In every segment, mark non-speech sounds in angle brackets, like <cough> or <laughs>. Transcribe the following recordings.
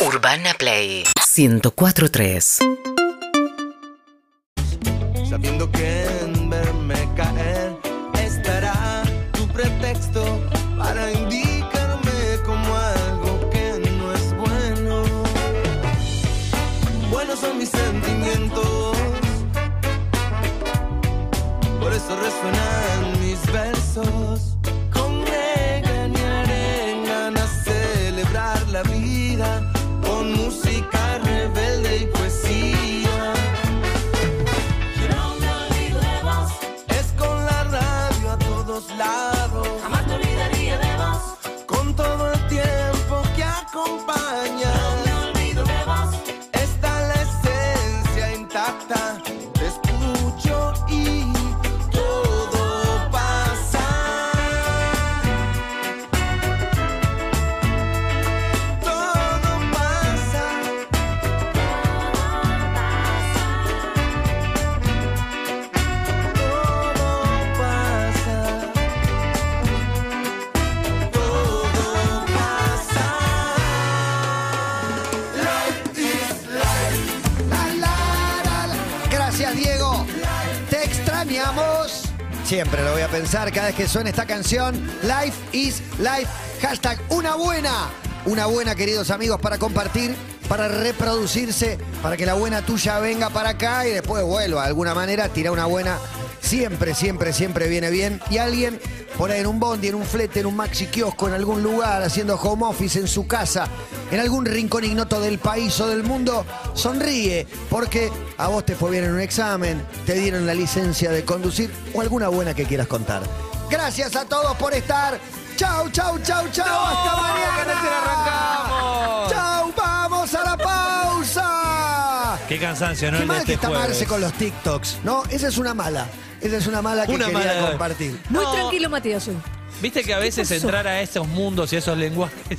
Urbana Play 1043. Sabiendo que en verme caer estará tu pretexto para indicarme como algo que no es bueno. Buenos son mis sentimientos, por eso resuenan mis versos. Con reggae y arengan a celebrar la vida con música rebelde y poesía. No me olvido de vos, Es con la radio a todos lados, jamás me olvidaría de vos. con todo el tiempo que acompaña. Me olvido de vos, Está la esencia intacta. Te escucho y todo pasa. Todo pasa. Todo pasa. Todo pasa. Life is life. La, la, la, la. Gracias, Diego. Te extrañamos. Siempre lo voy a pensar cada vez que suene esta canción. Life is life. Hashtag una buena. Una buena, queridos amigos, para compartir, para reproducirse, para que la buena tuya venga para acá y después vuelva. De alguna manera, tira una buena. Siempre, siempre, siempre viene bien. Y alguien por ahí en un bondi, en un flete, en un maxi kiosco, en algún lugar, haciendo home office, en su casa, en algún rincón ignoto del país o del mundo, sonríe porque a vos te fue bien en un examen, te dieron la licencia de conducir o alguna buena que quieras contar. Gracias a todos por estar. Chau, chau, chau, chau. Hasta mañana. recién arrancamos. Chau, vamos a la pausa. Qué cansancio, ¿no? Qué El de mal que este está jueves. Marce con los TikToks, ¿no? Esa es una mala. Esa es una mala que Una quería mala. compartir. Muy No. tranquilo, Matías. hoy. Viste que a veces entrar a esos mundos y esos lenguajes.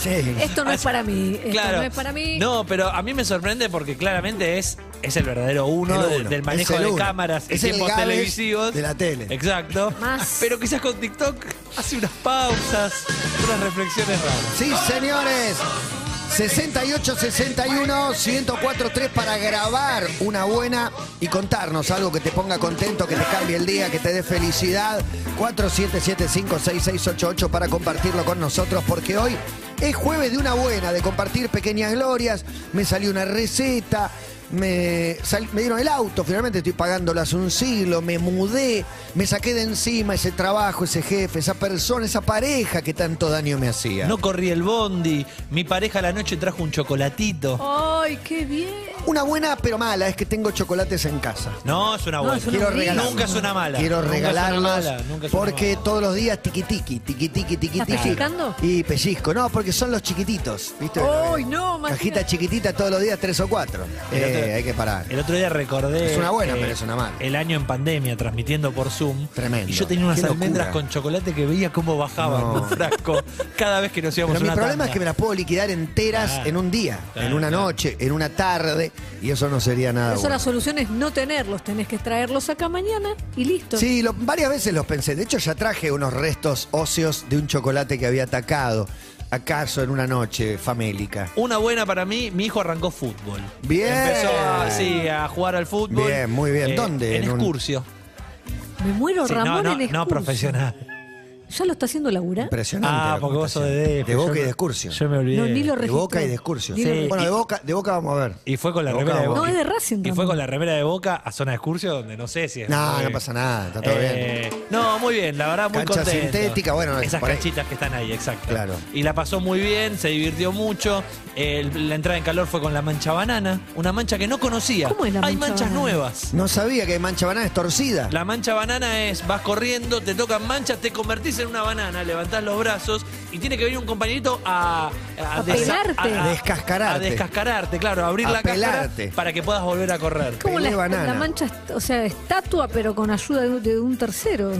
Sí. Esto no es para mí. Esto claro. no es para mí. No, pero a mí me sorprende porque claramente es, es el verdadero uno, El de- uno. del manejo Es el de uno. cámaras y Es el tiempos Gávez televisivos. de la tele. Exacto. Más. Pero quizás con TikTok hace unas pausas, unas reflexiones raras. Sí, señores. 68 61 104 3 para grabar una buena y contarnos algo que te ponga contento, que te cambie el día, que te dé felicidad. 47756688 para compartirlo con nosotros porque hoy es jueves de una buena, de compartir pequeñas glorias. Me salió una receta, me, sal- me dieron el auto, finalmente estoy pagándolo hace un siglo, me mudé, me saqué de encima ese trabajo, ese jefe, esa persona, esa pareja que tanto daño me hacía. No corrí el bondi, mi pareja a la noche trajo un Oh. chocolatito. Ay, qué bien. Una buena pero mala es que tengo chocolates en casa. No, es una No, buena. es una Quiero horrible. regalarlos. Nunca es una mala. Quiero Nunca es una regalarlos mala, nunca es una porque mala. todos los días tiqui tiqui, tiqui tiqui, tiqui ¿Estás tiqui. pellizcando? Y pellizco, no, porque son los chiquititos, ¿viste? Ay, no, Matías. Cajita chiquitita todos los días, tres o cuatro. El Eh, otro- hay que parar. El otro día recordé. Es una buena, pero es una mala. El año en pandemia, transmitiendo por Zoom. Tremendo. Y yo tenía unas Qué locura. almendras con chocolate que veía cómo bajaban No. un frasco cada vez que nos íbamos Pero mi a una problema tanda. es que me las puedo liquidar enteras Claro. en un día, Claro, en una claro. noche, en una tarde, y eso no sería nada. Por eso Ah, bueno. la solución es no tenerlos. Tenés que traerlos acá mañana y listo. Sí, lo- varias veces los pensé. De hecho, ya traje unos restos óseos de un chocolate que había atacado, acaso en una noche famélica. Una buena para mí, mi hijo arrancó fútbol. Bien. Empezó así a jugar al fútbol. eh, Bien, muy bien. ¿Dónde? En, En un- Escurcio. Me muero, Sí, Ramón no, en no, no excurso. profesional. ¿Ya lo está haciendo laburar? Impresionante. Ah, la porque vos sos de comparación. DF, De yo Boca y no- de Excursio. Yo me olvidé. No, ni lo De registró. Boca y de Excursio. Ni lo Sí. Bueno, y- de Boca, de Boca vamos a ver. Y fue con la De Boca remera de vamos Boca. a No, ver. es de Racing. Y Ramón. fue con la remera de Boca a zona de Excursio, donde no sé si es. No, no pasa nada, está todo Eh, No, muy bien, la verdad, muy Cancha contento. sintética, bueno, Esas por ahí. canchitas que están ahí, exacto. Claro. Y la pasó muy bien, se divirtió mucho. El- la entrada en calor fue con la mancha banana, una mancha que no conocía. ¿Cómo es la Hay mancha manchas banana? nuevas. No sabía que Mancha Banana es torcida. La mancha banana es, vas corriendo, te tocan manchas, te convertís en una banana, levantás los brazos y tiene que venir un compañerito a... A desa- pelarte. A descascararte. A descascararte, claro, a abrir A la cáscara pelarte. para que puedas volver a correr. Es como Pelé la, banana. la mancha, o sea, estatua, pero con ayuda de, un- de un tercero.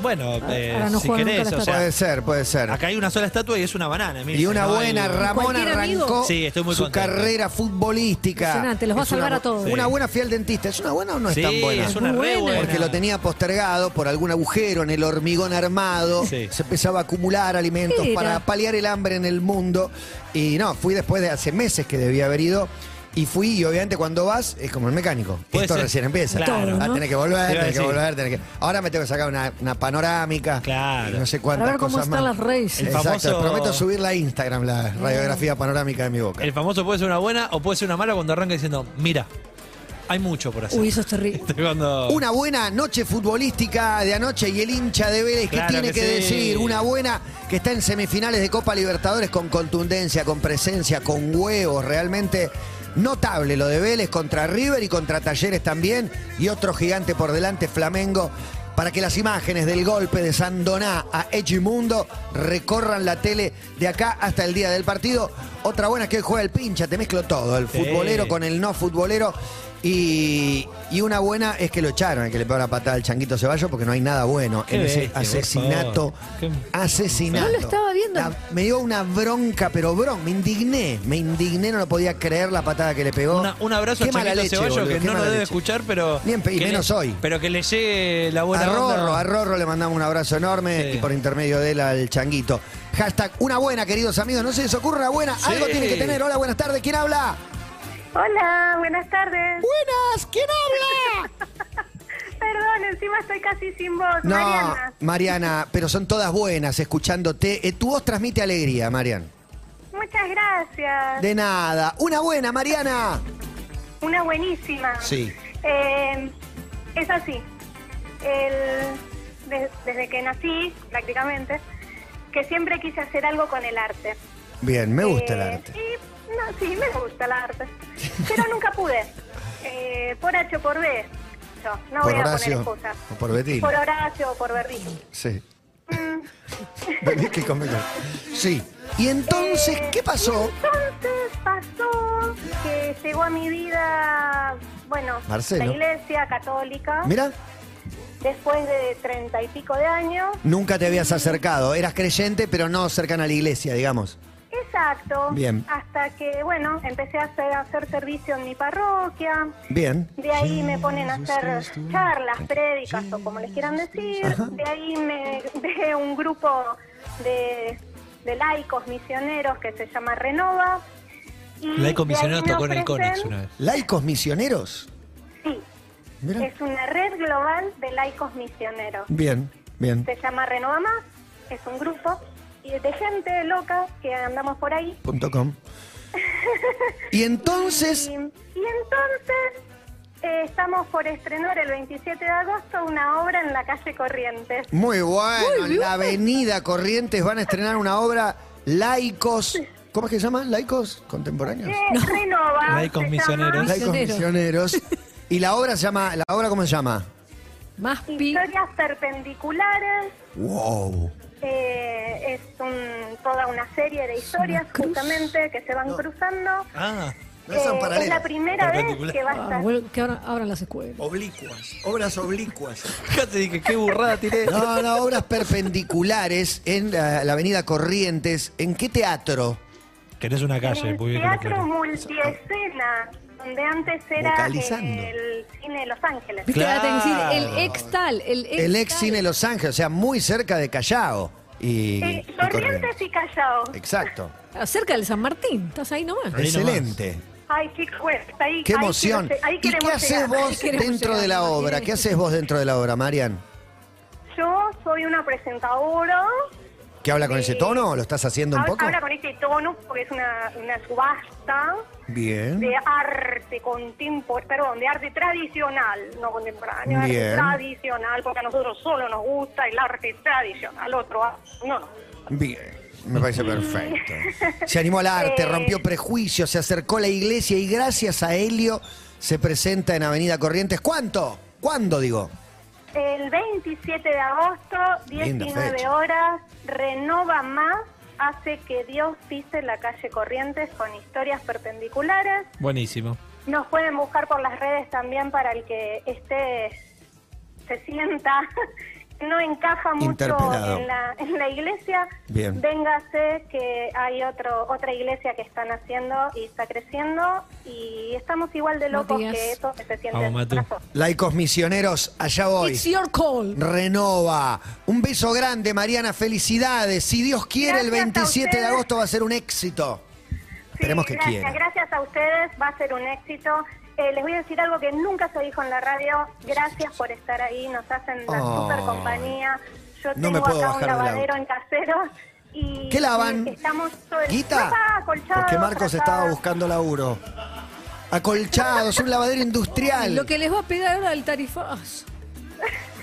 Bueno, eh, ahora no si juega nunca querés, la o estatua. sea, Puede ser, puede ser. acá hay una sola estatua y es una banana. Emilce, Y una no hay- buena, Ramón Cualquier amigo. arrancó Sí, estoy muy su contento. carrera futbolística. Impresionante, los va a Es una salvar a bu- todos. Una Sí. buena fiel dentista. ¿Es una buena o no es Sí, tan buena? es una Muy re buena. buena. Porque lo tenía postergado por algún agujero en el hormigón armado. Sí. Se empezaba a acumular alimentos Mira. para paliar el hambre en el mundo. Y no, fui después de hace meses que debía haber ido. Y fui, y obviamente cuando vas, es como el mecánico. Puede Esto ser. recién empieza. Claro. Ah, ¿no? tenés que Te iba a volver, tenés que decir. volver, tenés que. Ahora me tengo que sacar una, una panorámica. Claro. y No sé Para cuántas ver cómo cosas están más. las redes. El Exacto, famoso- prometo subirla a Instagram, la radiografía panorámica de mi boca. El famoso puede ser una buena o puede ser una mala cuando arranca diciendo, mira, hay mucho por hacer. Este, Uy, <laughs> eso es terrible. Cuando- Una buena noche futbolística de anoche y el hincha de Vélez, Claro ¿qué tiene que que, sí. decir? Una buena que está en semifinales de Copa Libertadores con contundencia, con presencia, con huevos, realmente notable lo de Vélez contra River y contra Talleres también, y otro gigante por delante, Flamengo. Para que las imágenes del golpe de Sandoná a Echimundo recorran la tele de acá hasta el día del partido. Otra buena es que hoy juega el pincha, te mezclo todo, el Sí. futbolero con el no futbolero. Y, y una buena es que lo echaron, el que le pegó la patada al changuito Ceballos, porque no hay nada bueno Qué en ese bestia, asesinato. por favor. Qué- Asesinato. No lo estaba viendo. La- me dio una bronca, pero bron, me indigné. Me indigné, no lo podía creer la patada que le pegó. Una- un abrazo Qué a mala Chaquito leche, Ceballos boludo, que qué no lo mala debe leche. escuchar, pero. Ni en pe- y que le- menos hoy. Pero que le llegue la buena. A Rorro, onda. a Rorro le mandamos un abrazo enorme Sí. y por intermedio de él al changuito. Hashtag una buena, queridos amigos. No se les ocurra una buena. Algo Sí. tiene que tener. Hola, buenas tardes. ¿Quién habla? Hola, buenas tardes. Buenas, ¿quién habla? <laughs> Perdón, encima estoy casi sin voz. No, Mariana. Mariana, pero son todas buenas escuchándote. Eh, tu voz transmite alegría, Mariana. Muchas gracias. De nada. Una buena, Mariana. Una buenísima. Sí. Eh, es así. El- de- desde que nací, prácticamente, que siempre quise hacer algo con el arte. Bien, me gusta el Eh, arte. y- no, sí, me gusta el arte. <laughs> Pero nunca pude. Eh, por H o por B. Yo, no por voy Horacio a poner excusas. o por Betín. Por Horacio o por Berlín. Sí. Vení que conmigo. Sí. Y entonces, Eh, ¿qué pasó? y Entonces pasó que llegó a mi vida, bueno, Marcelo. la iglesia católica, Mira, después de treinta y pico de años. nunca te habías acercado. Eras creyente, pero no cercana a la iglesia, digamos. Exacto. Bien. Hasta que, bueno, empecé a hacer, a hacer servicio en mi parroquia. Bien. De ahí me ponen a hacer charlas, prédicas o como les quieran decir. De ahí me <laughs> de un grupo de, de laicos misioneros que se llama Renova. Y La comisionada de ahí me tocó en el Conex ofrecen- una vez. ¿Laicos misioneros? Sí, Mira. es una red global de laicos misioneros. Bien, bien. Se llama Renova Más, es un grupo y de gente loca que andamos por ahí. Punto com. Y entonces, Y, y entonces eh, estamos por estrenar el 27 de agosto una obra en la calle Corrientes. <laughs> muy bueno, en la Avenida Corrientes van a estrenar una obra laicos. ¿Cómo es que se llama? ¿Laicos contemporáneos? Eh, Renova. Laicos se misioneros. llama Laicos misioneros. Y la obra se llama, ¿la obra cómo se llama? Más pi. Historias perpendiculares. Wow. eh, es un- toda una serie de historias cruz. justamente que se van cruzando. Ah, No son Eh, es paralelas. la primera vez Perpendicular. que va a Ah, estar. bueno, que ahora abran las escuelas. Oblicuas, obras oblicuas. ya te dije, qué burrada tiré. Eh, No, no, obras perpendiculares en la, la avenida Corrientes. ¿En qué teatro? Que no es una calle, muy bien que lo teatro aclaro. multiescena, donde antes era Vocalizando. el cine de Los Ángeles. Viste, ahora tenés que decir Claro. el ex tal, el ex El ex tal. cine Los Ángeles, o sea, muy cerca de Callao. Y, Eh, y Corrientes y Callao. Exacto. Ah, Cerca del San Martín, estás ahí nomás. Ahí nomás. Excelente. Ay, qué cuesta, ahí, Qué ahí emoción. quiero- ahí ¿Y qué queremos haces llegar. vos queremos dentro llegar, de la ¿no? obra? ¿Qué haces vos dentro de la obra, Marian? Yo soy una presentadora. ¿Que habla con ese tono? ¿Lo estás haciendo un Hab- poco? Eh, Habla con este tono porque es una, una subasta Bien. de arte contemporáneo, perdón, de arte tradicional, no contemporáneo, arte Bien. tradicional, porque a nosotros solo nos gusta el arte tradicional, otro arte, no, no. Bien. Me <laughs> parece perfecto. Se animó al arte, Eh. rompió prejuicios, se acercó a la iglesia y gracias a Helio se presenta en Avenida Corrientes. ¿Cuánto? ¿Cuándo digo? El 27 de agosto, Linda 19 fecha. horas, Renova Más hace que Dios pise la calle Corrientes con historias perpendiculares. Buenísimo. Nos pueden buscar por las redes también para el que esté, se sienta <laughs> no encaja mucho Interpelado. en la, en la iglesia, Bien. véngase que hay otro, otra iglesia que están haciendo y está creciendo y estamos igual de locos Matías. que eso que se siente Vamos, en el Matú. corazón. Laicos misioneros, allá voy. It's your call. Renova. Un beso grande, Mariana. Felicidades. Si Dios quiere, el Gracias a 27 de ustedes. agosto va a ser un éxito. Esperemos Sí, que gracias, quiera. Gracias a ustedes, va a ser un éxito. Eh, les voy a decir algo que nunca se dijo en la radio. Gracias por estar ahí, nos hacen una Oh. super compañía. Yo No me tengo puedo acá un bajar del lavadero en caseros. Y, ¿Qué lavan? y Estamos todo el- ¿Guita? ropa, colchados, Porque Marcos frazadas. estaba buscando laburo. Acolchados, un lavadero industrial. Lo que les va a pegar ahora el tarifazo.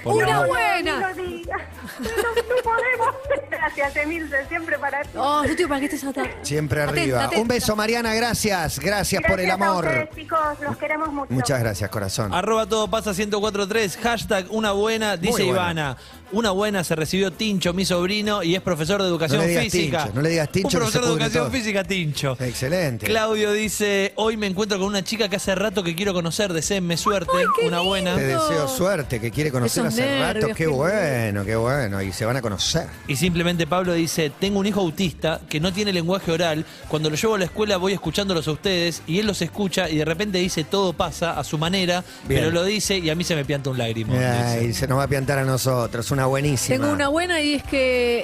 Por Una No, favor. buena. lo digas. no, no podemos. <laughs> Gracias, Emilce, siempre para ti. Oh, yo digo, ¿para qué estás atado? Siempre Atenta, arriba. atenta. Un beso, Mariana. Gracias. Gracias, por el Gracias a amor. ustedes, chicos, los queremos mucho. Muchas gracias, corazón. Arroba todo pasa 1043, hashtag una buena, dice buena. Ivana. Una buena se recibió Tincho, mi sobrino, y es profesor de educación digas física. Tincho, no le digas Tincho, que Un profesor se de pudre educación todo. física, Tincho. Excelente. Claudio dice, hoy me encuentro con una chica que hace rato que quiero conocer, deseenme suerte, Ay, qué una buena. Te deseo suerte, que quiere conocer Esos hace rato. nervios, Qué qué bueno, qué bueno. Y se van a conocer. Y simplemente Pablo dice, tengo un hijo autista que no tiene lenguaje oral, cuando lo llevo a la escuela voy escuchándolos a ustedes y él los escucha y de repente dice, todo pasa a su manera, Bien. pero lo dice y a mí se me pianta un lágrimo. Ay, se nos va a piantar a nosotros. Una buenísima. Tengo una buena y es que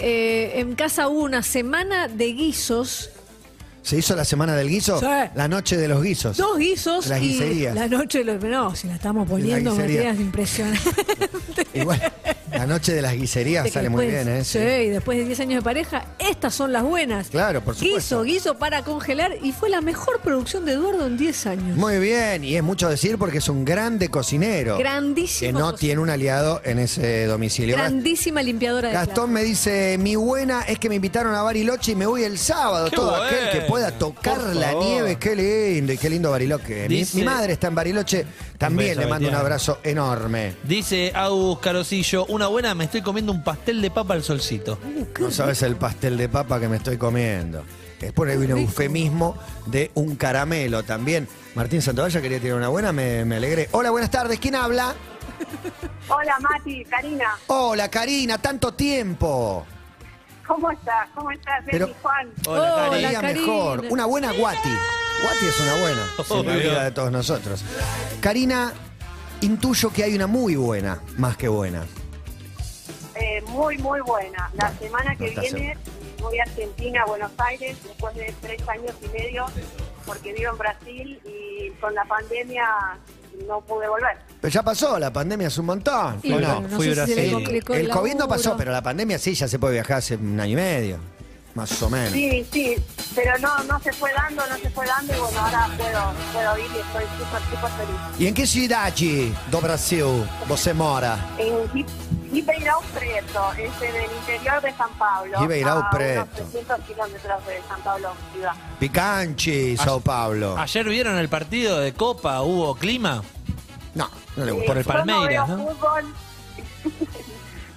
eh, en casa hubo una semana de guisos. ¿Se hizo la semana del guiso? Sí. La noche de los guisos. Dos guisos Las y guiserías. la noche de los... No, si la estamos poniendo, guisería. <laughs> Matías, impresionante. Igual, la noche de las guiserías Viste que sale muy después- bien, ¿eh? Sí, y después de 10 años de pareja, estas son las buenas. Claro, por supuesto. Guiso, guiso para congelar y fue la mejor producción de Eduardo en 10 años. Muy bien, y es mucho decir porque es un grande cocinero. Grandísimo Que no cocinero. tiene un aliado en ese domicilio. Grandísima limpiadora de Gastón me dice, mi buena es que me invitaron a Bariloche y me voy el sábado. Qué Todo bueno. aquel que pueda tocar Por la favor. nieve, qué lindo y qué lindo Bariloche. Mi- Dice- mi, madre está en Bariloche, también beso, le mando un Betiana. abrazo enorme. Dice Agus Carosillo, una buena, me estoy comiendo un pastel de papa al solcito. No sabes el pastel de papa que me estoy comiendo. Después hay un eufemismo de un caramelo también. Martín Santovalla quería tirar una buena, me, me alegré. Hola, buenas tardes, ¿quién habla? Hola, Mati, Karina, Hola, Karina, tanto tiempo. ¿cómo estás? ¿Cómo estás, Pero- Emi, Juan? Hola, Hola, Cari. Día Karina. mejor, una buena guati. Guati es una buena, sin la Obvio. vida de todos nosotros. Karina, intuyo que hay una muy buena, más que buena. Eh, muy, muy buena. La Bueno, semana que no está viene voy a Argentina, a Buenos Aires, después de tres años y medio, porque vivo en Brasil y con la pandemia no pude volver. Pero ya pasó, la pandemia es un montón. Y ¿o bueno, no? fui sé si se le Brasil. complicó El COVID no laburo. pasó, pero la pandemia sí, ya se puede viajar hace un año y medio, más o menos. Sí, sí, pero no, no se fue dando, no se fue dando y bueno, ahora puedo, puedo ir y estoy súper, súper feliz. E in che cidade do Brasil você mora? En Ri- Ribeirão Preto, es en el interior de San Pablo. Ribeirão a Preto. Unos 300 kilómetros de San Pablo, ciudad. Picanchi, Sao Paulo. Ayer vieron el partido de Copa, hubo clima. No, non le Eh, gusta. Por el yo Palmeiras, no veo ¿no? fútbol, <laughs>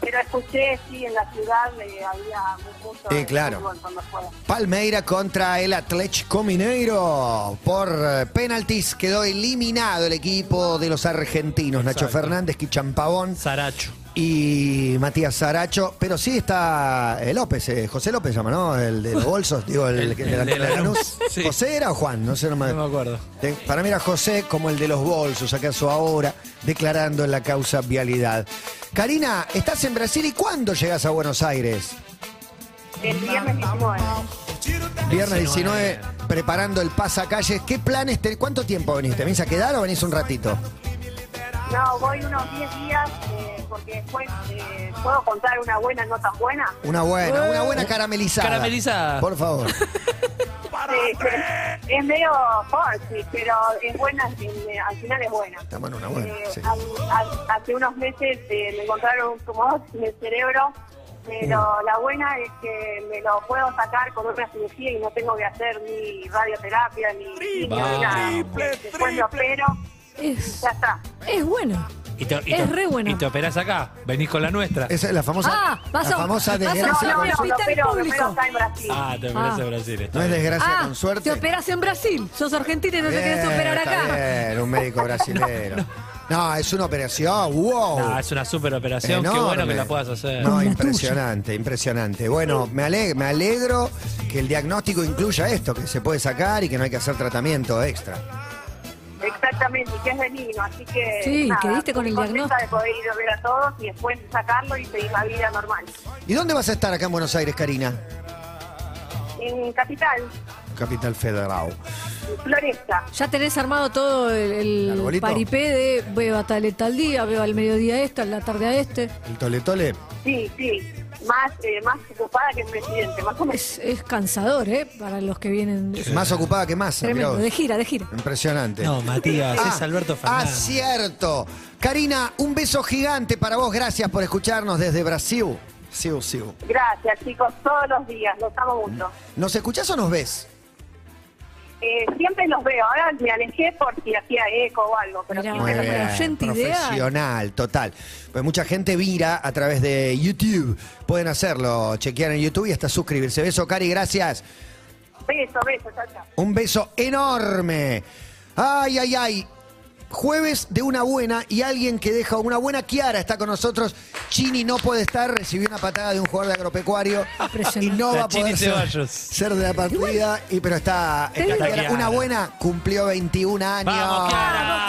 pero escuché, sí, en la ciudad eh, había mucho Sí, de claro. fútbol cuando juega. Palmeira contra el Atlético Mineiro. Por eh, penaltis quedó eliminado el equipo de los argentinos. Nacho Fernández, Quichan Pavón Saracho. y Matías Saracho. Pero sí está eh, López, eh, José López llama, ¿no? El de <laughs> los bolsos, digo, el, El- que- el de la, de la Lanús. Lanús, sí. ¿José era o Juan? No sé, no me, No me acuerdo. De- para mí era José como el de los bolsos, acaso ahora, declarando en la causa vialidad. Karina, estás en Brasil y ¿cuándo llegas a Buenos Aires? El viernes eh. 19. Viernes 19, preparando el pasacalles. ¿Qué planes tenés? ¿Cuánto tiempo venís? ¿Te venís a quedar o venís un ratito? No, voy unos 10 días eh, porque después eh, puedo contar una buena, no tan buena. Una buena, una buena caramelizada. Eh, Caramelizada. Por favor. Eh, es medio fuerte, pero es buena, eh, al final es buena. Estamos en una buena. Eh, sí. al- al- hace unos meses eh, me encontraron un tumor en el cerebro, pero Mm. la buena es que me lo puedo sacar con una cirugía y no tengo que hacer ni radioterapia ni, ni Vamos. nada. Después lo opero, Es, ya está. es buena. Y te, y Es te- re buena. Y te operás acá, venís con la nuestra. Esa es la famosa, Ah, vas la a- famosa vas a- No, desgracia. no, con Gracias, no, suerte. lo opero, lo opero público. acá en Brasil. Ah, te operás Ah. en Brasil. está No es bien. desgracia Ah, con suerte. te operas en Brasil. Sos argentina y no te querés Bien, operar está acá. <laughs> bien, un médico brasilero. No, es una operación. ¡Wow! Nah, Ah, es una super operación. Qué Enorme. bueno que la puedas hacer. No, impresionante, impresionante. Bueno, me, ale- me alegro que el diagnóstico incluya esto, que se puede sacar y que no hay que hacer tratamiento extra. Exactamente, y que es benigno, así que. Sí, que diste con muy el contenta de poder ir a ver a todos y después sacarlo y seguir la vida normal. ¿Y dónde vas a estar acá en Buenos Aires, Karina? En Capital, Capital Federal. en Floresta. Ya tenés armado todo el, ¿El el arbolito? paripé de veo a tal y tal día, veo al mediodía esto, a la tarde a este. ¿El Tole Tole? Sí, sí. Más, eh, más ocupada que el presidente, más o menos. Es, es cansador, ¿eh? Para los que vienen. Más ocupada que más. mirá Tremendo, vos. de gira, de gira. Impresionante. No, Matías, Ah, es Alberto Ah, Fernández. cierto. Karina, un beso gigante para vos. Gracias por escucharnos desde Brasil. Siu, siu. Gracias, chicos, todos los días, los amo mucho. ¿Nos escuchás o nos ves? Eh, siempre los veo, ahora me alejé por si hacía eco o algo, pero Mirá. siempre Muy Bueno, bien, pero gente ideal. profesional, total. Pues mucha gente vira a través de YouTube. Pueden hacerlo, chequear en YouTube y hasta suscribirse. Beso, Cari, gracias. Beso, beso, chao, chao. Un beso enorme. Ay, ay, ay. Jueves de una buena y alguien que deja una buena Kiara está con nosotros. Chini no puede estar, recibió una patada de un jugador de agropecuario y Impresionante. no va La a poder Chini ser, Ceballos. ser de la partida, y, pero está, está digo- Kiara. una buena, cumplió 21 años. ¡Vamos, Kiara!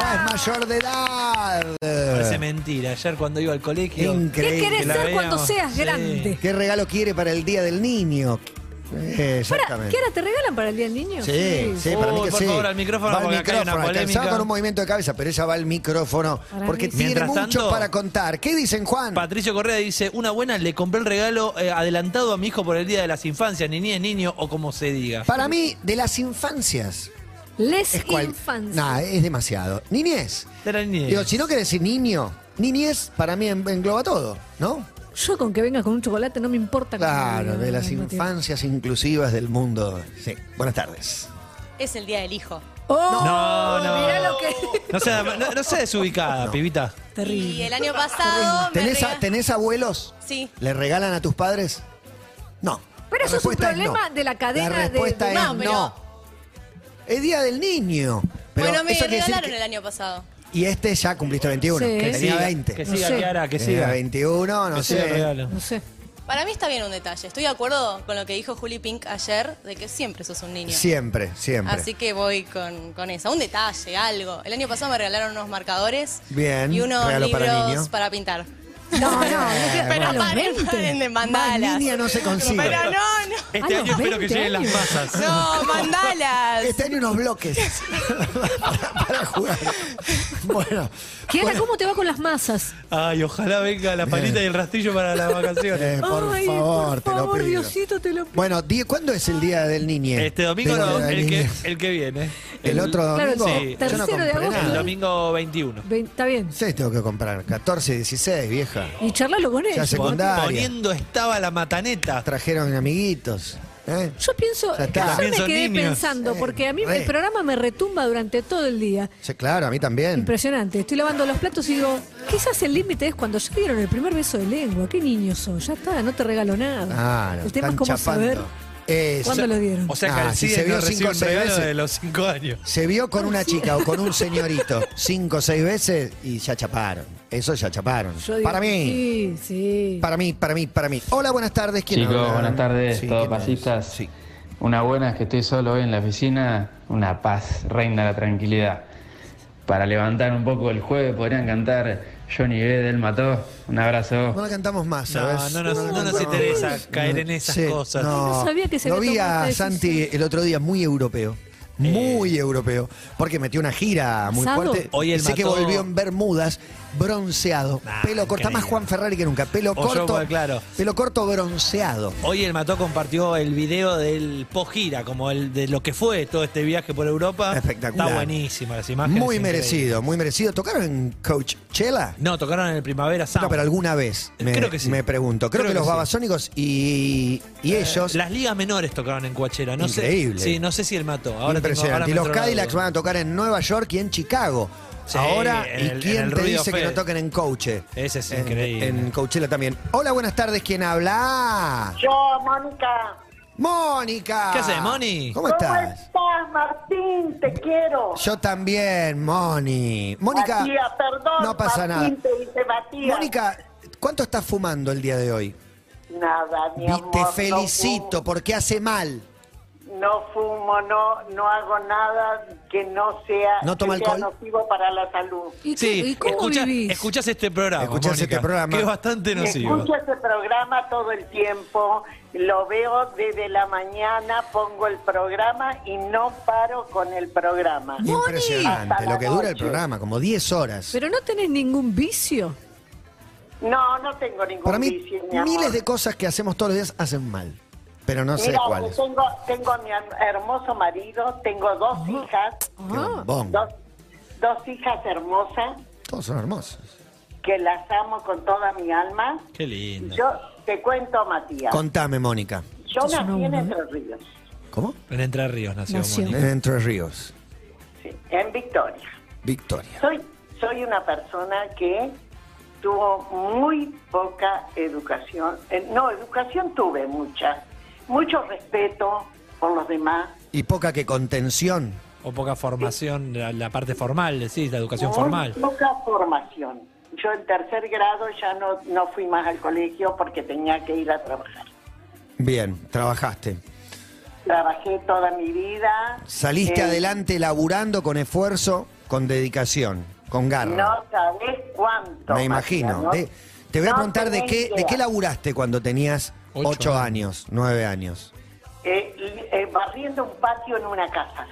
Ya es mayor de Parece edad. mentira. Ayer cuando iba al colegio. ¿Qué Increíble. querés la ser veíamos, cuando seas sí. grande? ¿Qué regalo quiere para el Día del Niño? Eh, Para, exactamente. ¿Qué ahora te regalan para el día del niño? Sí, sí, para mí Uy, que por sí. favor, al micrófono, va al porque acá hay una micrófono. polémica. Alcanzaba con un movimiento de cabeza, pero ella va al micrófono Para porque mí sí. tiene Mientras mucho tanto- para contar. ¿Qué dicen, Juan? Patricio Correa dice, una buena, le compré el regalo eh, adelantado a mi hijo por el Día de las Infancias, niñez, niño o como se diga. Para mí, de las infancias. Les Es cual... infancia. Nah, eh. es demasiado. Niñez. De la niñez. Digo, si no querés decir niño, niñez para mí en- engloba todo, ¿no? Yo con que vengas con un chocolate no me importa. cómo me Claro, digan, de las Matías. infancias inclusivas del mundo. Sí. Buenas tardes. Es el día del hijo. ¡Oh! No, no. Mirá lo que... No sea, no, no sea desubicada, pibita. Y Terrible. el año pasado. me ¿Tenés, a- rega- tenés abuelos? Sí. ¿Le regalan a tus padres? No. Pero La eso es un respuesta problema no. de la cadena La de- respuesta de- es No, pero- no. Es día del niño. Pero bueno, me eso quiere decir regalaron que- el año pasado. Y este ya cumpliste 21, Sí. que Que tenía siga, 20. Que No siga, sé. Kiara, que Tenía siga. 21, no Que siga el sé. regalo. <laughs> No sé. Para mí está bien un detalle. Estoy de acuerdo con lo que dijo Juli Pink ayer de que siempre sos un niño. Siempre, siempre. Así que voy con, con esa. Un detalle, algo. El año pasado me regalaron unos marcadores. Bien, Y unos regalo para libros niño. Eh, para, pintar. No, no, no. queda- Pero a los paren, 20. paren de Más mandalas. niña no se consigue. Pero no, no. A los 20 Ah, años. masas. <laughs> No, mandalas. Está en Este unos bloques <laughs> para, para jugar. Bueno. Kiara, bueno, ¿cómo te va con las masas? Ay, ojalá venga la palita y el rastrillo para las eh, vacaciones. por, Ay, favor, por te lo favor, pido. Diosito, te lo pido. Bueno, di- ¿cuándo es el día del niño? Este domingo Digo, no, del el que, niño. el que viene. El otro Claro, domingo. sí. Yo no Tercero compré de agosto, El nada. domingo 21. Ve- Está bien. Sí, tengo que comprar. 14, 16, vieja. Y charlalo con Ya él. se- Secundaria. Poniendo estaba la mataneta. Trajeron amiguitos. ¿eh? Yo pienso, Ya está. yo También me son quedé niños. pensando, Sí, porque a mí re. el programa me retumba durante todo el día. Sí, claro, a mí también. Impresionante. Estoy lavando los platos y digo, quizás el límite es cuando ya dieron el primer beso de lengua. Qué niño sos. Ya está, no te regalo nada. Claro, el tema es Ah, están cómo chapando. saber Eso. cuándo lo dieron. O sea que Ah, al si CIDE se vio no cinco o recibe un seis regalo veces. de los 5 años. Se vio con una chica o con un señorito cinco o seis veces y ya chaparon. Eso ya chaparon. Yo digo, para mí, Sí, sí. para mí, para mí, para mí. Hola, buenas tardes. ¿Quién Chicos, habla? buenas tardes, Sí, todos ¿quién habla? pasistas. Sí. Una buena es que estoy solo hoy en la oficina, una paz, reina la tranquilidad. Para levantar un poco el jueves podrían cantar Johnny B. del Mató. Un abrazo. No la cantamos más, No, ¿sabes? no nos- no nos cantamos interesa más. caer en esas cosas. Ay, no sabía que se Lo había vi tomado a esta Santi decisión. el otro día muy europeo. Eh. Muy europeo, porque metió una gira muy Asado. fuerte. Hoy el Sé que mató- volvió en Bermudas, bronceado, Nah, pelo corto, increíble. más Juan Ferrari que nunca, pelo O yo, corto, pues, claro. pelo corto bronceado. Hoy el Mató compartió el video del post-gira, como el de lo que fue todo este viaje por Europa. Espectacular. Está buenísimo las imágenes. muy increíble. merecido, muy merecido. ¿Tocaron en Coachella? No, tocaron en el Primavera Sound. No, pero alguna vez, me, Creo que sí. me pregunto. Creo, Creo que, que los sí. babasónicos y, y ellos... Las ligas menores tocaron en Coachella. No Increíble. Sé, sí, no sé si el Mató. Ahora tengo- Impresionante. ahora me y los entró la Cadillacs duda. van a tocar en Nueva York y en Chicago. Sí, Ahora, en ¿y el- en quién el te Ruido dice que Fest. no toquen en Coache? Ese es En- increíble. En Coachella también. Hola, buenas tardes. ¿Quién habla? Yo, Mónica, Mónica. ¿Qué haces, Moni? ¿Cómo ¿cómo estás? estás? Matías Martín, te quiero. Yo también, Moni. Mónica, Matías, perdón, no pasa Martín, nada. te dice Matías. Mónica, ¿cuánto estás fumando el día de hoy? Nada, mi Vi- amor. Te no felicito porque hace mal. fumo, No fumo, no, no hago nada que no sea, ¿No toma que sea alcohol? nocivo para la salud. Sí, escucha- escuchás este programa. Escuchás este Mónica, programa. Que es bastante nocivo. Escucho este programa todo el tiempo, lo veo desde la mañana, pongo el programa y no paro con el programa. Hasta Impresionante la lo que dura el noche. programa, como 10 horas. Pero no tenés ningún vicio. No, no tengo ningún Para mí, vicio, mi amor. miles de cosas que hacemos todos los días hacen mal, pero no sé Mira, cuáles. Tengo, tengo a mi her- hermoso marido, tengo dos hijas, Ah, bombón. dos, dos hijas hermosas Todos son hermosos. que las amo con toda mi alma. Qué lindo. Yo te cuento, Matías. Contame, Mónica. Yo nací en ¿eh? Entre Ríos, ¿Cómo? En Entre Ríos nació Nació. Mónica. En Entre Ríos. sí, en Victoria. Victoria. Soy, soy una persona que tuvo muy poca educación. Eh, no, educación tuve mucha. Mucho respeto por los demás. Y poca que contención. O poca formación, la, la parte formal, decís, la educación Muy formal. Poca formación. Yo en tercer grado ya no, no fui más al colegio porque tenía que ir a trabajar. Bien, trabajaste. Trabajé toda mi vida. Saliste Eh, adelante laburando con esfuerzo, con dedicación, con garra. No sabés cuánto. me imagino. Matías, De- ¿no? te voy a No preguntar de tenés qué, de idea. qué laburaste cuando tenías Ocho 8 años, 9 años. Eh, li- eh, barriendo un patio en una casa.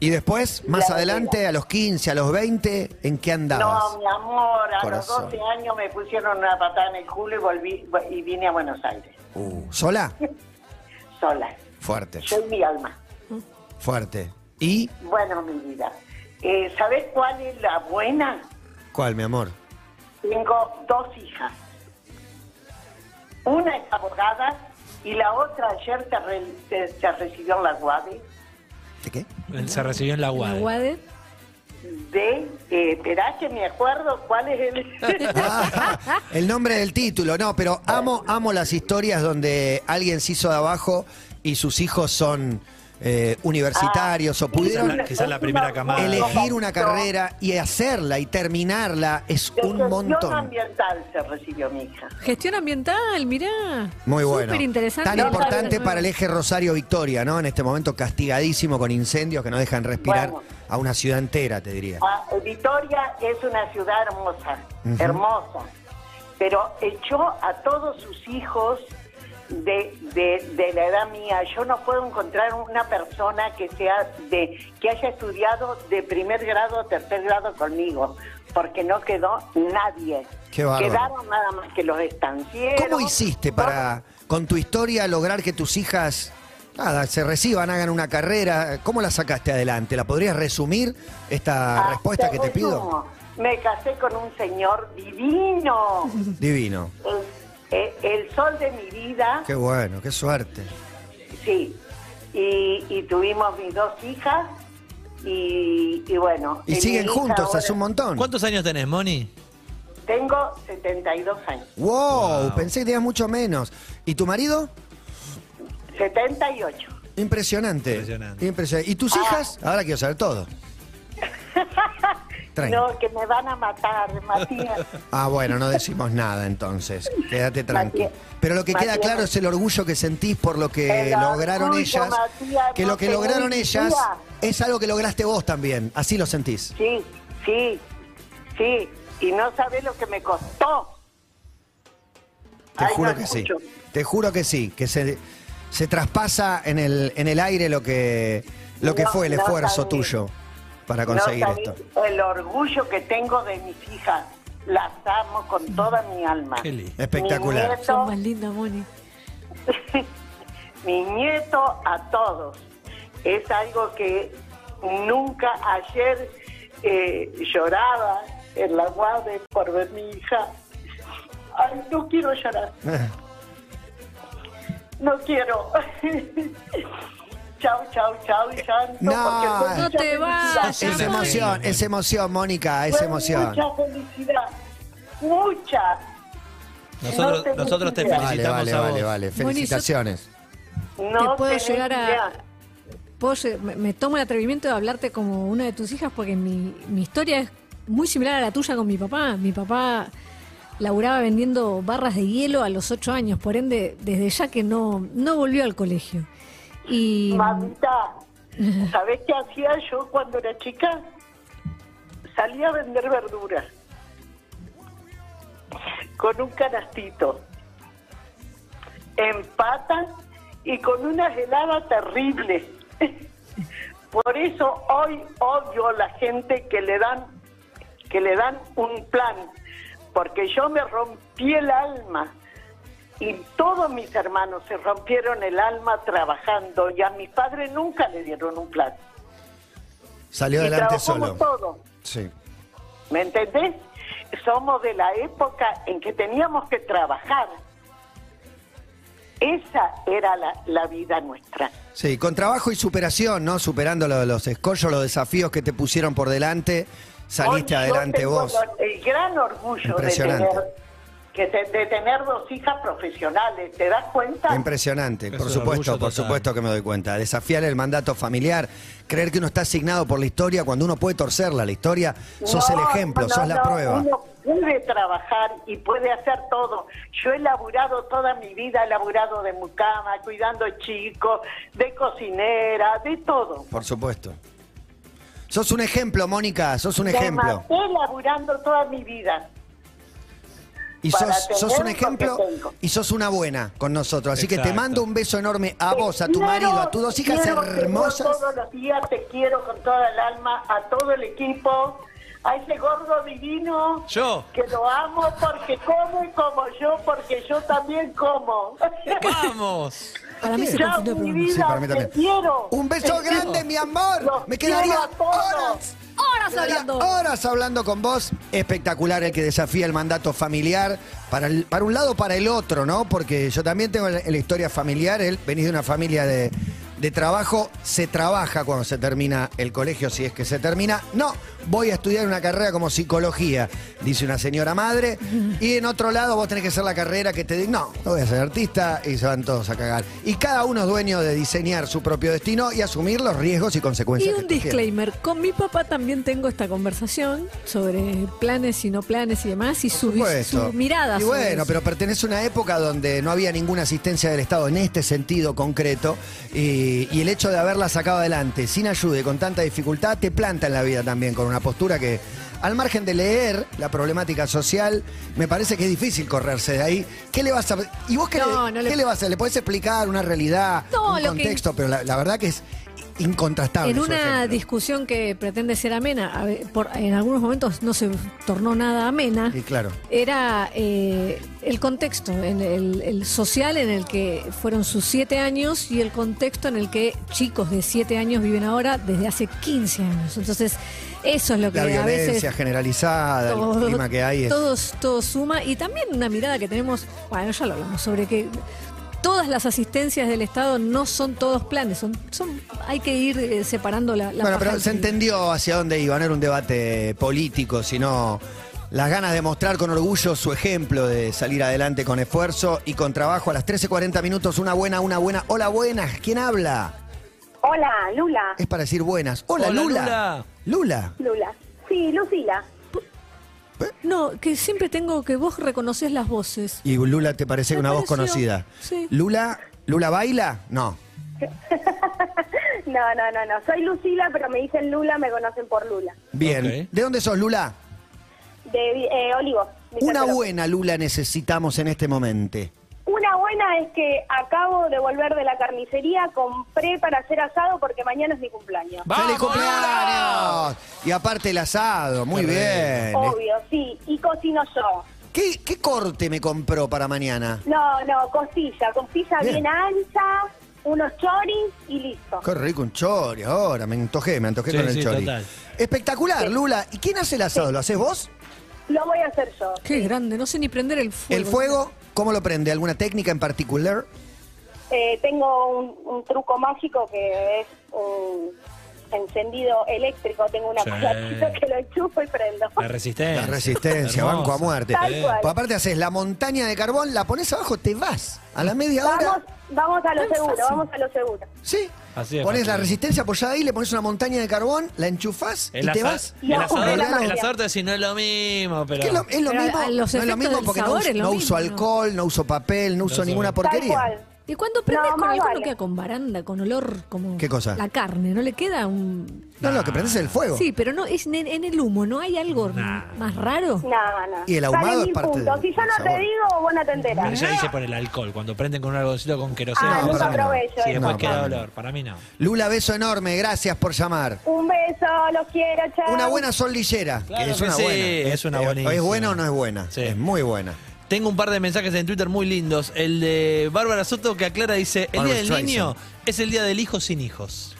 Y después, más La adelante, a los 15, a los 20, ¿en qué andabas? No, mi amor, a Corazón. los 12 años me pusieron una patada en el culo y volví y vine a Buenos Aires, Uh, ¿Sola? sola. Fuerte, Soy mi alma. fuerte. ¿Y Bueno, mi vida. Eh, ¿Sabes cuál es la buena? cuál, mi amor? Tengo dos hijas. Una es abogada y la otra ayer se, re- se- se recibió en la UADE Él se recibió en la UAD. de... Eh, esperá que me acuerdo cuál <laughs> es el... <laughs> El nombre del título, no, pero amo, amo las historias donde alguien se hizo de abajo y sus hijos son eh, Ah, universitarios o pudieron Quizás la- quizás la primera camada. elegir una carrera y hacerla y terminarla es de un gestión montón. ambiental se recibió mi hija. <laughs> Gestión ambiental, mirá. Muy bueno. Súper interesante. Tan importante para el eje Rosario Victoria, ¿no? En este momento castigadísimo con incendios que no dejan respirar Bueno. a una ciudad entera, te diría. Ah, Vitoria es una ciudad hermosa, Ujú. hermosa, pero echó a todos sus hijos de, de- de la edad mía. Yo no puedo encontrar una persona que sea de que haya estudiado de primer grado a tercer grado conmigo, porque no quedó nadie. Qué bárbaro. Quedaron nada más que los estancieros. ¿Cómo hiciste para, con tu historia, lograr que tus hijas nada, se reciban, hagan una carrera? ¿Cómo la sacaste adelante? ¿La podrías resumir esta Ah, respuesta que te pido? Segundo, Me casé con un señor divino, Divino. el, el- eh, el sol de mi vida. Qué bueno, qué suerte. Sí, y, y tuvimos mis dos hijas y, y bueno. Y mi siguen hija juntos ahora- hace un montón. ¿Cuántos años tenés, Moni? Tengo 72 años, Wow, pensé que tenías mucho menos. ¿Y tu marido? 78. Impresionante. Impresionante. ¿Y tus Ah. hijas? Ahora quiero saber <laughs> todo. Tranqui. No, que me van a matar, <laughs> Matías. Ah, bueno, no decimos nada entonces. Quédate tranqui. Matías, Pero lo que queda Matías. claro es el orgullo que sentís por lo que El lograron orgullo, ellas. Matías, que no lo que te lograron doy ellas idea. es algo que lograste vos también. Así lo sentís. Sí, sí, sí. Y no sabes lo que me costó. Te Ay, juro no que sí. escucho. Te juro que sí. Que se, se traspasa en el, en el aire lo que, lo que No, fue el no esfuerzo sabés. tuyo para No conseguir sabés esto. El orgullo que tengo de mis hijas. Las amo con toda mi alma. Qué lindo. Espectacular. Mi nieto, Son más linda, Moni. mi nieto a todos. Es algo que nunca ayer eh, lloraba en la guardia por ver mi hija. Ay, no quiero llorar, no quiero. <laughs> chau, chau, chau, llanto. No, porque fue mucha felicidad. es emoción, es emoción, Mónica, es Fue emoción. Mucha felicidad, mucha. Nosotros, No te nosotros te Vale, felicitamos vale, a vos. vale, vale. Felicitaciones. No Te puedo tenés llegar a- idea. puedo lle- eh, me, me tomo el atrevimiento de hablarte como una de tus hijas porque mi, mi historia es muy similar a la tuya con mi papá. Mi papá laburaba vendiendo barras de hielo a los ocho años, por ende, desde ya que no, no volvió al colegio. Y Mamita, ¿sabés qué hacía yo cuando era chica? Salía a vender verduras con un canastito en pata y con una helada terrible. <laughs> Por eso hoy odio a la gente que le dan que le dan un plan, porque yo me rompí el alma y todos mis hermanos se rompieron el alma trabajando y a mis padres nunca le dieron un plan. Salió Y adelante solo. trabajamos todos. Sí. ¿Me entendés? Somos de la época en que teníamos que trabajar. Esa era la, la vida nuestra. Sí, con trabajo y superación, ¿no? Superando lo- los escollos, los desafíos que te pusieron por delante, saliste Hoy yo adelante tengo vos. lo- El gran orgullo de Impresionante. tener, que te- de tener dos hijas profesionales. ¿Te das cuenta? Impresionante, por es supuesto, orgullo por total. supuesto que me doy cuenta. Desafiar el mandato familiar, creer que uno está asignado por la historia cuando uno puede torcerla. La historia, sos No, el ejemplo, no, sos la no, prueba. Uno puede trabajar y puede hacer todo. Yo he laburado toda mi vida, he laburado de mucama, cuidando chicos, de cocinera, de todo. Por supuesto. Sos un ejemplo, Mónica, sos un Me ejemplo. maté laburando toda mi vida. Y para sos, sos tener un lo ejemplo que tengo. y sos una buena con nosotros. Así que te Exacto. mando un beso enorme a Te vos, a tu quiero, marido, a tus dos te hijas quiero, te amo hermosas. Todos los días te quiero con toda el alma, a todo el equipo, a ese gordo divino. Yo. Que lo amo porque come como yo, porque yo también como. ¡Vamos! para mí se Chao, confundió el programa. mi vida, Sí, para mí te también. quiero. Un beso Te grande, quiero. mi amor. Los Me quiero quedaría a todos. horas. Horas Quedaría hablando. Horas hablando con vos. Espectacular el que desafía el mandato familiar para, el- para un lado, para el otro, ¿no? Porque yo también tengo la, la historia familiar. Él, venís de una familia de, de trabajo. Se trabaja cuando se termina el colegio, si es que se termina. No, voy a estudiar una carrera como psicología, dice una señora madre. <laughs> Y en otro lado, vos tenés que hacer la carrera que te diga, no, no voy a ser artista y se van todos a cagar. Y cada uno es dueño de diseñar su propio destino y asumir los riesgos y Y consecuencias. un que esto tiene. disclaimer, con mi papá también tengo esta conversación sobre planes y no planes y demás, y su, vis- supuesto. su mirada. Y sobre bueno, eso. pero pertenece a una época donde no había ninguna asistencia del Estado en este sentido concreto y, y el hecho de haberla sacado adelante sin ayuda y con tanta dificultad te planta en la vida también con una postura que al margen de leer la problemática social, me parece que es difícil correrse de ahí. ¿Qué le vas a y vos qué, No, le, no le- qué le vas a hacer? ¿Le podés explicar una realidad, No, un lo que- contexto? Pero la, la verdad que es incontrastable. En su una ejemplo. discusión que pretende ser amena, a ve- por- en algunos momentos no se tornó nada amena, Y claro. era eh, el contexto, en el, el social en el que fueron sus siete años y el contexto en el que chicos de siete años viven ahora desde hace 15 años. Entonces, eso es lo que La a veces violencia generalizada, el clima que hay es todo, todo suma y también una mirada que tenemos, bueno, ya lo hablamos, sobre que todas las asistencias del Estado no son todos planes, son, son hay que ir eh, separando la, la bueno, paja pero del se trigo. entendió hacia dónde iba, no era un debate político, sino las ganas de mostrar con orgullo su ejemplo de salir adelante con esfuerzo y con trabajo a las 13.40 minutos, una buena, una buena. Hola, buenas, ¿quién habla? Hola, Lula. Es para decir buenas. Hola, Hola, Lula. Lula. Lula. Sí, Lucila. No, que siempre tengo que vos reconoces las voces. Y Lula te parece Me una voz pareció, conocida. sí. Lula, ¿Lula baila? No. No, no, no, no. Soy Lucila, pero me dicen Lula, me conocen por Lula. Bien. Ok. ¿De dónde sos, Lula? De eh, Olivos. mi Una tercero. buena Lula necesitamos en este momento. Una buena es que acabo de volver de la carnicería, compré para hacer asado porque mañana es mi cumpleaños. ¡Feliz cumpleaños! Y aparte el asado, muy Qué bien. Obvio, sí. Y cocino yo. ¿Qué, qué corte me compró para mañana? No, no, costilla. Costilla Bien. bien, ancha, unos choris y listo. Qué rico, un chori ahora. Me antojé, me antojé Sí, con el sí, chori. total. Espectacular, Lula. ¿Y quién hace el asado? ¿Lo haces vos? Lo voy a hacer yo. Qué grande, no sé ni prender el fuego. ¿El fuego? ¿Cómo lo prende? ¿Alguna técnica en particular? Eh, tengo un, un truco mágico que es un encendido eléctrico. Tengo una Sí. cucharita que lo enchufo y prendo. La resistencia. La resistencia, Hermoso. banco a muerte. Tal cual. Porque aparte haces la montaña de carbón, la pones abajo, te vas. A la media hora. Vamos, vamos a lo Tan seguro, fácil. vamos a lo seguro. Sí. Así es. Pones la Martín. resistencia apoyada ahí, le pones una montaña de carbón, la enchufás y El, te asa- vas. el asador, Olvidalo. el asador te decís, no es lo mismo, pero. Es que es lo, es lo Pero mismo, a los no es lo efectos mismo del porque no, sabor uso, es lo no uso mismo, ¿no? alcohol, no uso papel, no uso uso ninguna papel. porquería. Y cuando prendes No, con más algo vale. no queda con baranda, con olor como ¿Qué cosa? la carne, no le queda un No, lo que prendes es el fuego. Sí, pero no es en, en el humo, ¿no hay algo Nah. más raro? No, no. Y el ahumado Sale es mil parte puntos. del- Si yo del no sabor. te digo, vos no te Pero enteras. Ella dice por el alcohol, cuando prenden con un algodoncito con queroseno. Ah, No, nunca para mí no. probé yo Sí, eso. después No, queda para mí no. olor, para mí no. Lula, beso enorme, gracias por llamar. Un beso, los quiero, chao. Una buena soldillera, Claro que es que una sí, buena. es una eh, ¿Es buenísima. buena o no es buena? Sí. Es muy buena. Tengo un par de mensajes en Twitter muy lindos. El de Bárbara Soto que aclara dice, el Barbra día del Streisand. niño es el día del hijo sin hijos.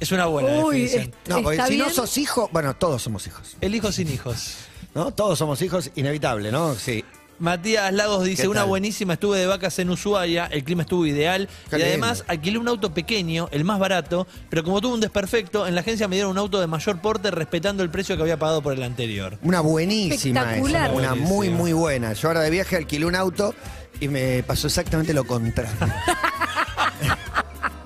Es una buena Uy, definición. es- No, porque Está si no bien. sos hijo, bueno, todos somos hijos. El hijo sin hijos. ¿No? Todos somos hijos, inevitable, ¿no? Sí. Matías Lagos dice, ¿Qué una tal? buenísima, estuve de vacas en Ushuaia, el clima estuvo ideal Qué y lindo. además alquilé un auto pequeño, el más barato, pero como tuvo un desperfecto, en la agencia me dieron un auto de mayor porte respetando el precio que había pagado por el anterior. Una buenísima Espectacular. esa, una Buenísima. muy, muy buena. Yo ahora de viaje alquilé un auto y me pasó exactamente lo <laughs> contrario.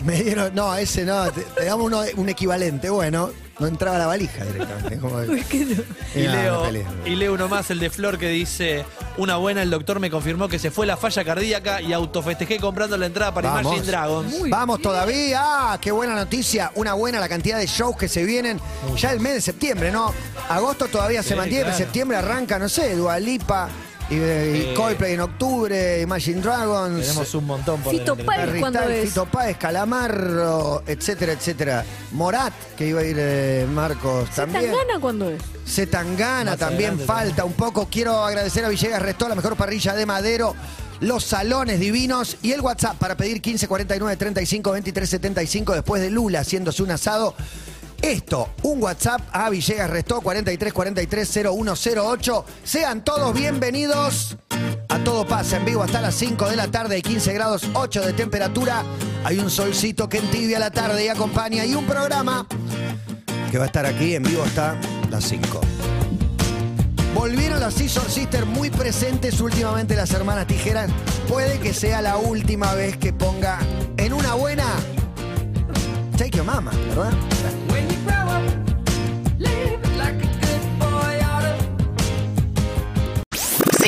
me dieron, no, ese no, te, te damos uno- un equivalente. Bueno, no entraba la valija directamente. como- Uy, qué no. Y, Era una leo, pelea. y leo uno más, el de Flor, que dice, una buena, el doctor me confirmó que se fue la falla cardíaca y autofestejé comprando la entrada para Imagine Dragons. Muy Vamos todavía. Ah, qué buena noticia. Una buena la cantidad de shows que se vienen. ya el mes de septiembre, ¿no? Agosto todavía se Sí, mantiene, pero claro. septiembre arranca, no sé, Dualipa y, eh, y Sí. Coldplay en octubre, Imagine Dragons. Tenemos un montón por Fito delante. Páez. Harry ¿Cuándo Styles, es? Fito Páez, Calamarro, etcétera, etcétera. Morat, que iba a ir eh, Marcos ¿Se tan también. gana cuando es? Se Tangana Más también adelante falta un poco. Quiero agradecer a Villegas Restó, la mejor parrilla de madero, los salones divinos y el WhatsApp para pedir 15 49 35 23 75 después de Lula haciéndose un asado. Esto, un WhatsApp a Villegas Restó 43 43 0108. Sean todos bienvenidos. A todo pasa en vivo hasta las 5 de la tarde y 15 grados 8 de temperatura. Hay un solcito que entibia la tarde y acompaña y un programa que va a estar aquí en vivo hasta las 5. Volvieron las Scissor Sisters muy presentes últimamente las hermanas tijeras. Puede que sea la última vez que ponga en una buena Take Your Mama, ¿verdad?